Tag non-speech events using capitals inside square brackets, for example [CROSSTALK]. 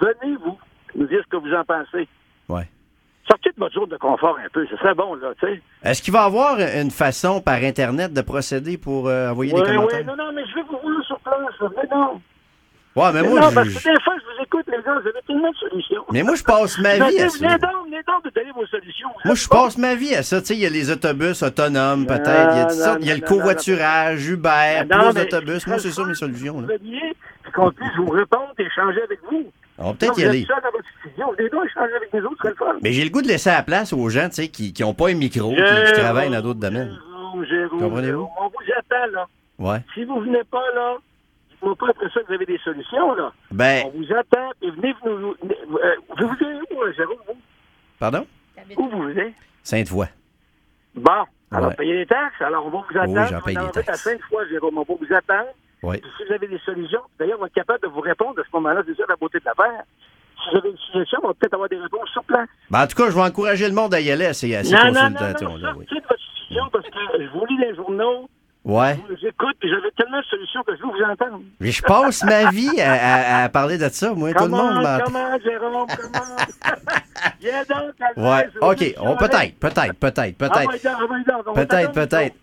Venez, vous, nous dire ce que vous en pensez. Ouais. Sortez de votre zone de confort un peu, ce serait bon, là, tu sais. Est-ce qu'il va y avoir une façon par Internet de procéder pour euh, envoyer Oui, des oui, commentaires? non, non, mais je vais vous voir sur place, là. mais non. Ouais, mais Mais Ah, moi, non, je- parce que des fois, je vous écoute, les gars, vous avez tellement de solutions. mais moi, je passe ma vie à Venez, ça. venez donc, venez donc de donner vos solutions. hein. Moi, je passe ma vie à ça. Tu sais, il y a les autobus autonomes, peut-être. Il y a, toutes non, sortes. Il y a non, le non, covoiturage, Uber, Ben non, plus mais- d'autobus. Moi, c'est ça mes solutions. Vous là. veniez, puis qu'on puisse vous répondre et échanger avec vous. On va Non, peut-être vous y êtes aller. seul dans votre studio, venez donc échanger avec les autres, c'est le fun. Mais oh, j'ai le goût de laisser la place aux gens, tu sais, qui n'ont pas un micro, qui, qui Jérôme, travaillent dans d'autres domaines. Jérôme, Jérôme, Comprenez-vous? Jérôme, on vous attend, là. Ouais. Si vous venez pas, là, dites-moi pas après ça que vous avez des solutions, là. Ben, On vous attend, et venez, vous nous... nous- euh, vous venez où, euh, Jérôme? vous? pardon? Où vous venez? Sainte-Voix. Bon, alors Ouais. payez les taxes, alors on va vous Oui, attendre. j'en On paye en des fait à taxes. cinq fois, Jérôme, on va vous attendre. Oui. Puis si vous avez des solutions, d'ailleurs, on va être capable de vous répondre à ce moment-là, c'est ça la beauté de l'affaire. Si vous avez une suggestion, on va peut-être avoir des réponses sur place. Ben, en tout cas, je vais encourager le monde à y aller à ces, à ces consultations-là. Oui. sortez de votre studio parce que je vous lis les journaux, Ouais. je vous écoute, puis j'avais tellement de solutions que je veux vous entendre. Mais je passe ma vie à, à- à parler de ça, moi. Tout le monde Comment, m'en comment, Jérôme, [LAUGHS] comment? Viens donc, Albert, Ouais. je vous OK. dis, On peut-être, peut-être, peut-être, peut-être. envoie-le, envoie-le, Ah on va Peut-être, t'attendre. peut-être.